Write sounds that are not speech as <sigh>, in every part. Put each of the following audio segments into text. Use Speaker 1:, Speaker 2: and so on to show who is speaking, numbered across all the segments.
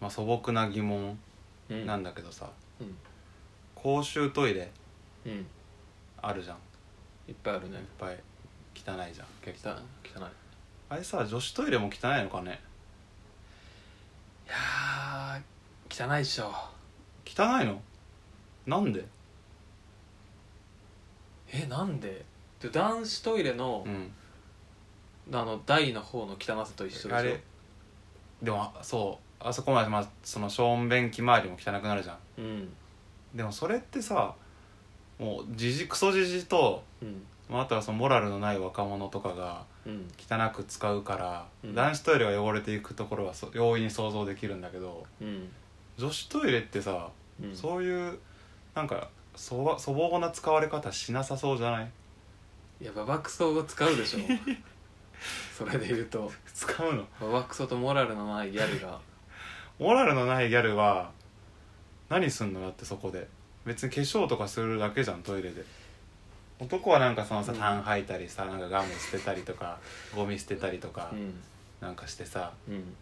Speaker 1: まあ、素朴な疑問
Speaker 2: うん
Speaker 1: なんだけどさ、
Speaker 2: うん
Speaker 1: 公衆トイレ
Speaker 2: うんい
Speaker 1: あるじゃんいっ
Speaker 2: っぱいあるね
Speaker 1: ぱい汚いじゃん結
Speaker 2: 汚
Speaker 1: 構
Speaker 2: い汚い
Speaker 1: あれさ女子トイレも汚いのかね
Speaker 2: いやー汚いっしょ
Speaker 1: 汚いのなんで
Speaker 2: えなんでで男子トイレの,、
Speaker 1: うん
Speaker 2: あの台の方の汚さと一緒でしょ
Speaker 1: あれでもあそうあそこまで、まあ、その小便器周りも汚くなるじゃん
Speaker 2: うん
Speaker 1: でもそれってさもうじじクソじじと、
Speaker 2: うん
Speaker 1: まあ、あとはそのモラルのない若者とかが
Speaker 2: うん
Speaker 1: 汚く使うから、
Speaker 2: うん
Speaker 1: 男子トイレが汚れていくところはそ容易に想像できるんだけど
Speaker 2: うん
Speaker 1: 女子トイレってさ、
Speaker 2: うん
Speaker 1: そういうなんかそわ粗暴な使われ方しなさそうじゃない <laughs>
Speaker 2: いやババクソを使うでしょそれで言うと
Speaker 1: 使うの
Speaker 2: ババクソとモラルのないギャルが
Speaker 1: モラルのないギャルは何すんのだってそこで別に化粧とかするだけじゃんトイレで男はなんかそのさ
Speaker 2: うん
Speaker 1: 痰吐いたりさなんかガム捨てたりとかゴミ捨てたりとか
Speaker 2: うん
Speaker 1: なんかしてさ
Speaker 2: うん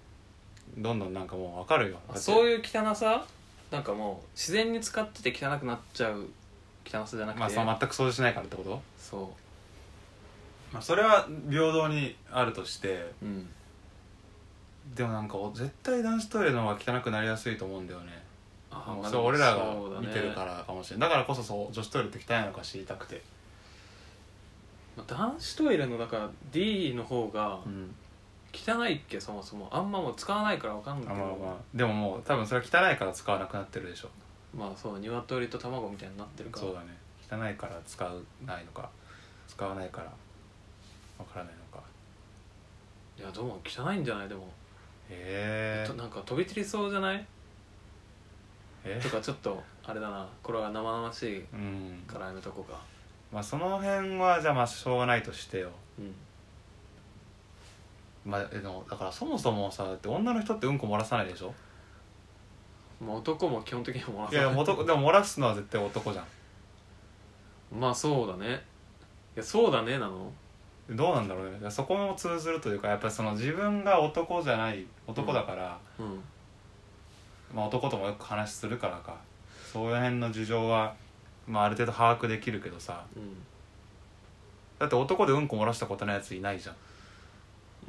Speaker 1: どんどんなんかもう分かるよ
Speaker 2: そう
Speaker 1: う
Speaker 2: いう汚さなんかもう自然に使ってて汚くなっちゃう汚さじゃなくて、
Speaker 1: まあその全く掃除しないからってこと
Speaker 2: そ
Speaker 1: まあそれは平等にあるとして
Speaker 2: ううん
Speaker 1: でもなんかお絶対男子トイレの方が汚くなりやすいと思うんだよね
Speaker 2: あ
Speaker 1: もう
Speaker 2: まあ
Speaker 1: それ俺らが
Speaker 2: そうだね
Speaker 1: 見てるからかもしれないだからこそそう女子トイレって汚いのか知りたくて
Speaker 2: まあ男子トイレのだから D の方が
Speaker 1: うん
Speaker 2: 汚いっけそもそもあんまもう使わないからわかんな
Speaker 1: あ
Speaker 2: いけど
Speaker 1: まあまあでももう多分それは汚いから使わなくなってるでしょ
Speaker 2: まあそう鶏と卵みたいになってるから
Speaker 1: そうだね汚いから使わないのか使わないからわからないのか
Speaker 2: いやどうも汚いんじゃないでも、
Speaker 1: へ
Speaker 2: と
Speaker 1: ー
Speaker 2: なんか飛び散りそうじゃない
Speaker 1: え
Speaker 2: とかちょっとあれだなこれは生々しい
Speaker 1: うん
Speaker 2: からやめとこうか
Speaker 1: まあその辺はじゃあまあしょうがないとしてよ
Speaker 2: うん
Speaker 1: まあえでもだからそもそもさだって女の人ってうんこ漏らさないでしょ
Speaker 2: まあ男も基本的には漏ら
Speaker 1: い
Speaker 2: さない
Speaker 1: や男でも漏らすのは絶対男じゃん
Speaker 2: まあそうだねいやそうだねなの
Speaker 1: どうなんだろうねだからそこも通ずるというかやっぱりその自分が男じゃない男だから、
Speaker 2: うん
Speaker 1: まあ、男ともよく話するからかそういう辺の事情は、まあ、ある程度把握できるけどさ
Speaker 2: うん
Speaker 1: だって男でうんこ漏らしたことないやついないじゃん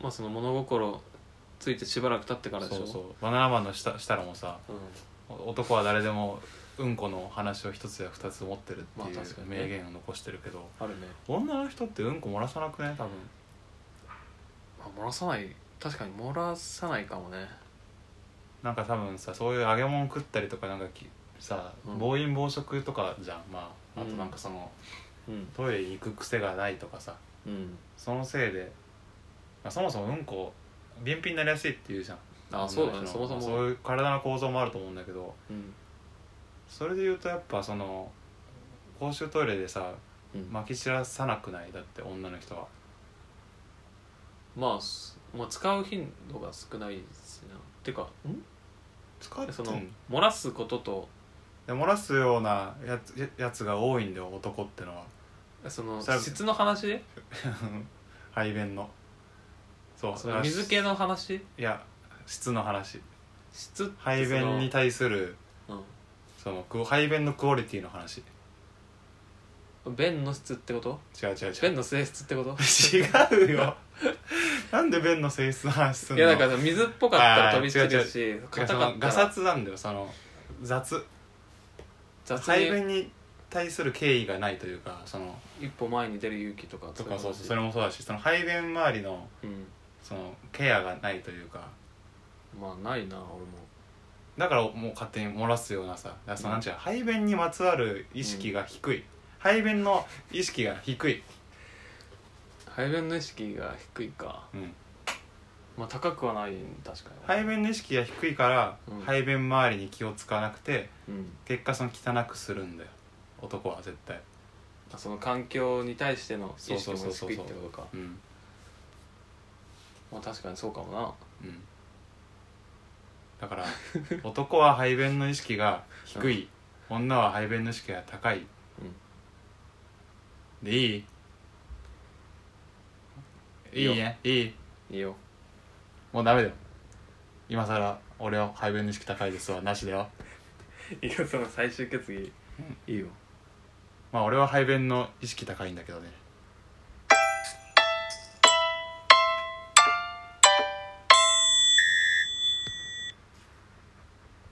Speaker 2: まあその物心ついてしばらく経ってからでし
Speaker 1: そ
Speaker 2: ょ
Speaker 1: うそうバナナマンのしたしたらもさ
Speaker 2: うん
Speaker 1: 男は誰でもうんこの話を一つや二つ持ってる
Speaker 2: ま
Speaker 1: っ
Speaker 2: あ
Speaker 1: ていう
Speaker 2: 確かにね
Speaker 1: 名言を残してるけど、
Speaker 2: あるね、
Speaker 1: 女の人ってうんこ漏らさなくね多分
Speaker 2: まあ、漏らさない確かに漏らさないかもね
Speaker 1: なんか多分さそういう揚げ物食ったりとかなんかきさ、
Speaker 2: うん
Speaker 1: 暴飲暴食とかじゃんまああとなん
Speaker 2: う
Speaker 1: かその、
Speaker 2: うん
Speaker 1: トイレに行く癖がないとかさ
Speaker 2: うん
Speaker 1: そのせいで、まあ、そもそもうんこ便秘になりやすいっていうじゃん
Speaker 2: あそうだね
Speaker 1: 女の人
Speaker 2: そ
Speaker 1: の
Speaker 2: もそも
Speaker 1: そういう体の構造もあると思うんだけど
Speaker 2: うん
Speaker 1: それで言うとやっぱその公衆トイレでさ
Speaker 2: うんま
Speaker 1: まき散らさなくないだって女の人は
Speaker 2: あ、すまあ使う頻度が少ないですねてか
Speaker 1: 疲
Speaker 2: そ
Speaker 1: て
Speaker 2: の
Speaker 1: ん
Speaker 2: 漏らすことと
Speaker 1: で漏らすようなやつややつが多いんだよ男ってのは <laughs>
Speaker 2: その
Speaker 1: それ
Speaker 2: 質の話
Speaker 1: 排便のそう
Speaker 2: その水系の話
Speaker 1: いや質の話
Speaker 2: 質って
Speaker 1: 排便に対する
Speaker 2: その
Speaker 1: そのく排便のクオリティの話違
Speaker 2: うん便の質ってこと
Speaker 1: う違う違
Speaker 2: 便
Speaker 1: う
Speaker 2: の性質ってこと
Speaker 1: 違うよなんで便の性質の話すん
Speaker 2: い
Speaker 1: の
Speaker 2: やだから水っぽかったら飛び散る
Speaker 1: あ
Speaker 2: し
Speaker 1: いや
Speaker 2: 硬
Speaker 1: そ
Speaker 2: か
Speaker 1: の
Speaker 2: った
Speaker 1: ガ
Speaker 2: ら
Speaker 1: サツなんだよその雑
Speaker 2: 雑
Speaker 1: 排
Speaker 2: に
Speaker 1: 便に対する敬意がないというかその
Speaker 2: 一歩前に出る勇気とか
Speaker 1: とかそうそうそ
Speaker 2: れ
Speaker 1: れもそうだしその排便周りの
Speaker 2: うん
Speaker 1: そのケアがないというか
Speaker 2: まあないな俺も
Speaker 1: だからもう勝手に漏らすようなさだからそのなんちゅうの排便にまつわる意識が低い、排便の意識が低い、
Speaker 2: 排便の意識が低いか
Speaker 1: うん、
Speaker 2: まあ高くはない確かに
Speaker 1: 排便の意識が低いから、
Speaker 2: うん
Speaker 1: 排便周りに気を使わなくて
Speaker 2: うん
Speaker 1: 結果その汚くするんだよ男は絶対
Speaker 2: その環境に対しての意識
Speaker 1: そう
Speaker 2: も
Speaker 1: そうそうそう
Speaker 2: 低いってことか
Speaker 1: うん
Speaker 2: まあ確かにそうかもな
Speaker 1: うんだから男は排便の意識が低い、女は排便の意識が高い、でいい
Speaker 2: いいよ
Speaker 1: いいねいい <laughs>
Speaker 2: いいよ
Speaker 1: もうダメだよ今さら俺は排便の意識高いですわなしだよ
Speaker 2: いやその最終決議いいよ
Speaker 1: まあ俺は排便の意識高いんだけどね